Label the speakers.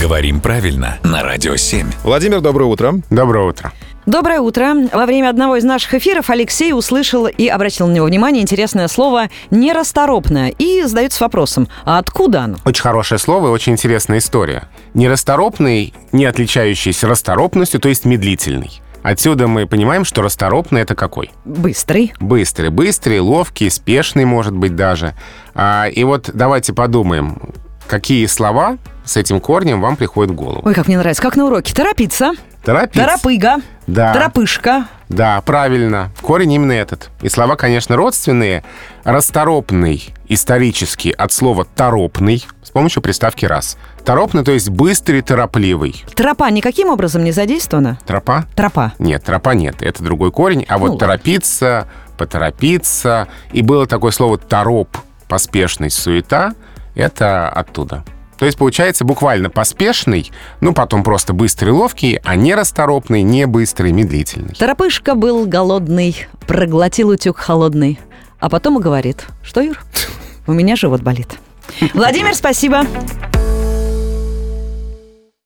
Speaker 1: Говорим правильно на Радио 7.
Speaker 2: Владимир, доброе утро.
Speaker 3: Доброе утро.
Speaker 4: Доброе утро. Во время одного из наших эфиров Алексей услышал и обратил на него внимание интересное слово «нерасторопное» и задается вопросом, а откуда оно?
Speaker 3: Очень хорошее слово и очень интересная история. Нерасторопный, не отличающийся расторопностью, то есть медлительный. Отсюда мы понимаем, что расторопный — это какой?
Speaker 4: Быстрый.
Speaker 3: Быстрый. Быстрый, ловкий, спешный, может быть, даже. А, и вот давайте подумаем, какие слова с этим корнем вам приходят в голову.
Speaker 4: Ой, как мне нравится, как на уроке. Торопиться,
Speaker 3: Торопиться.
Speaker 4: торопыга,
Speaker 3: Да.
Speaker 4: торопышка.
Speaker 3: Да, правильно. Корень именно этот. И слова, конечно, родственные. Расторопный исторически от слова «торопный» с помощью приставки «раз». Торопный, то есть быстрый, торопливый.
Speaker 4: Тропа никаким образом не задействована?
Speaker 3: Тропа?
Speaker 4: Тропа.
Speaker 3: Нет, тропа нет, это другой корень. А вот
Speaker 4: ладно.
Speaker 3: торопиться, поторопиться. И было такое слово «тороп», поспешность, суета. Это оттуда. То есть, получается, буквально поспешный, ну, потом просто быстрый, ловкий, а не расторопный, не быстрый, медлительный.
Speaker 4: Торопышка был голодный, проглотил утюг холодный, а потом и говорит, что, Юр, у меня живот болит. Владимир, спасибо.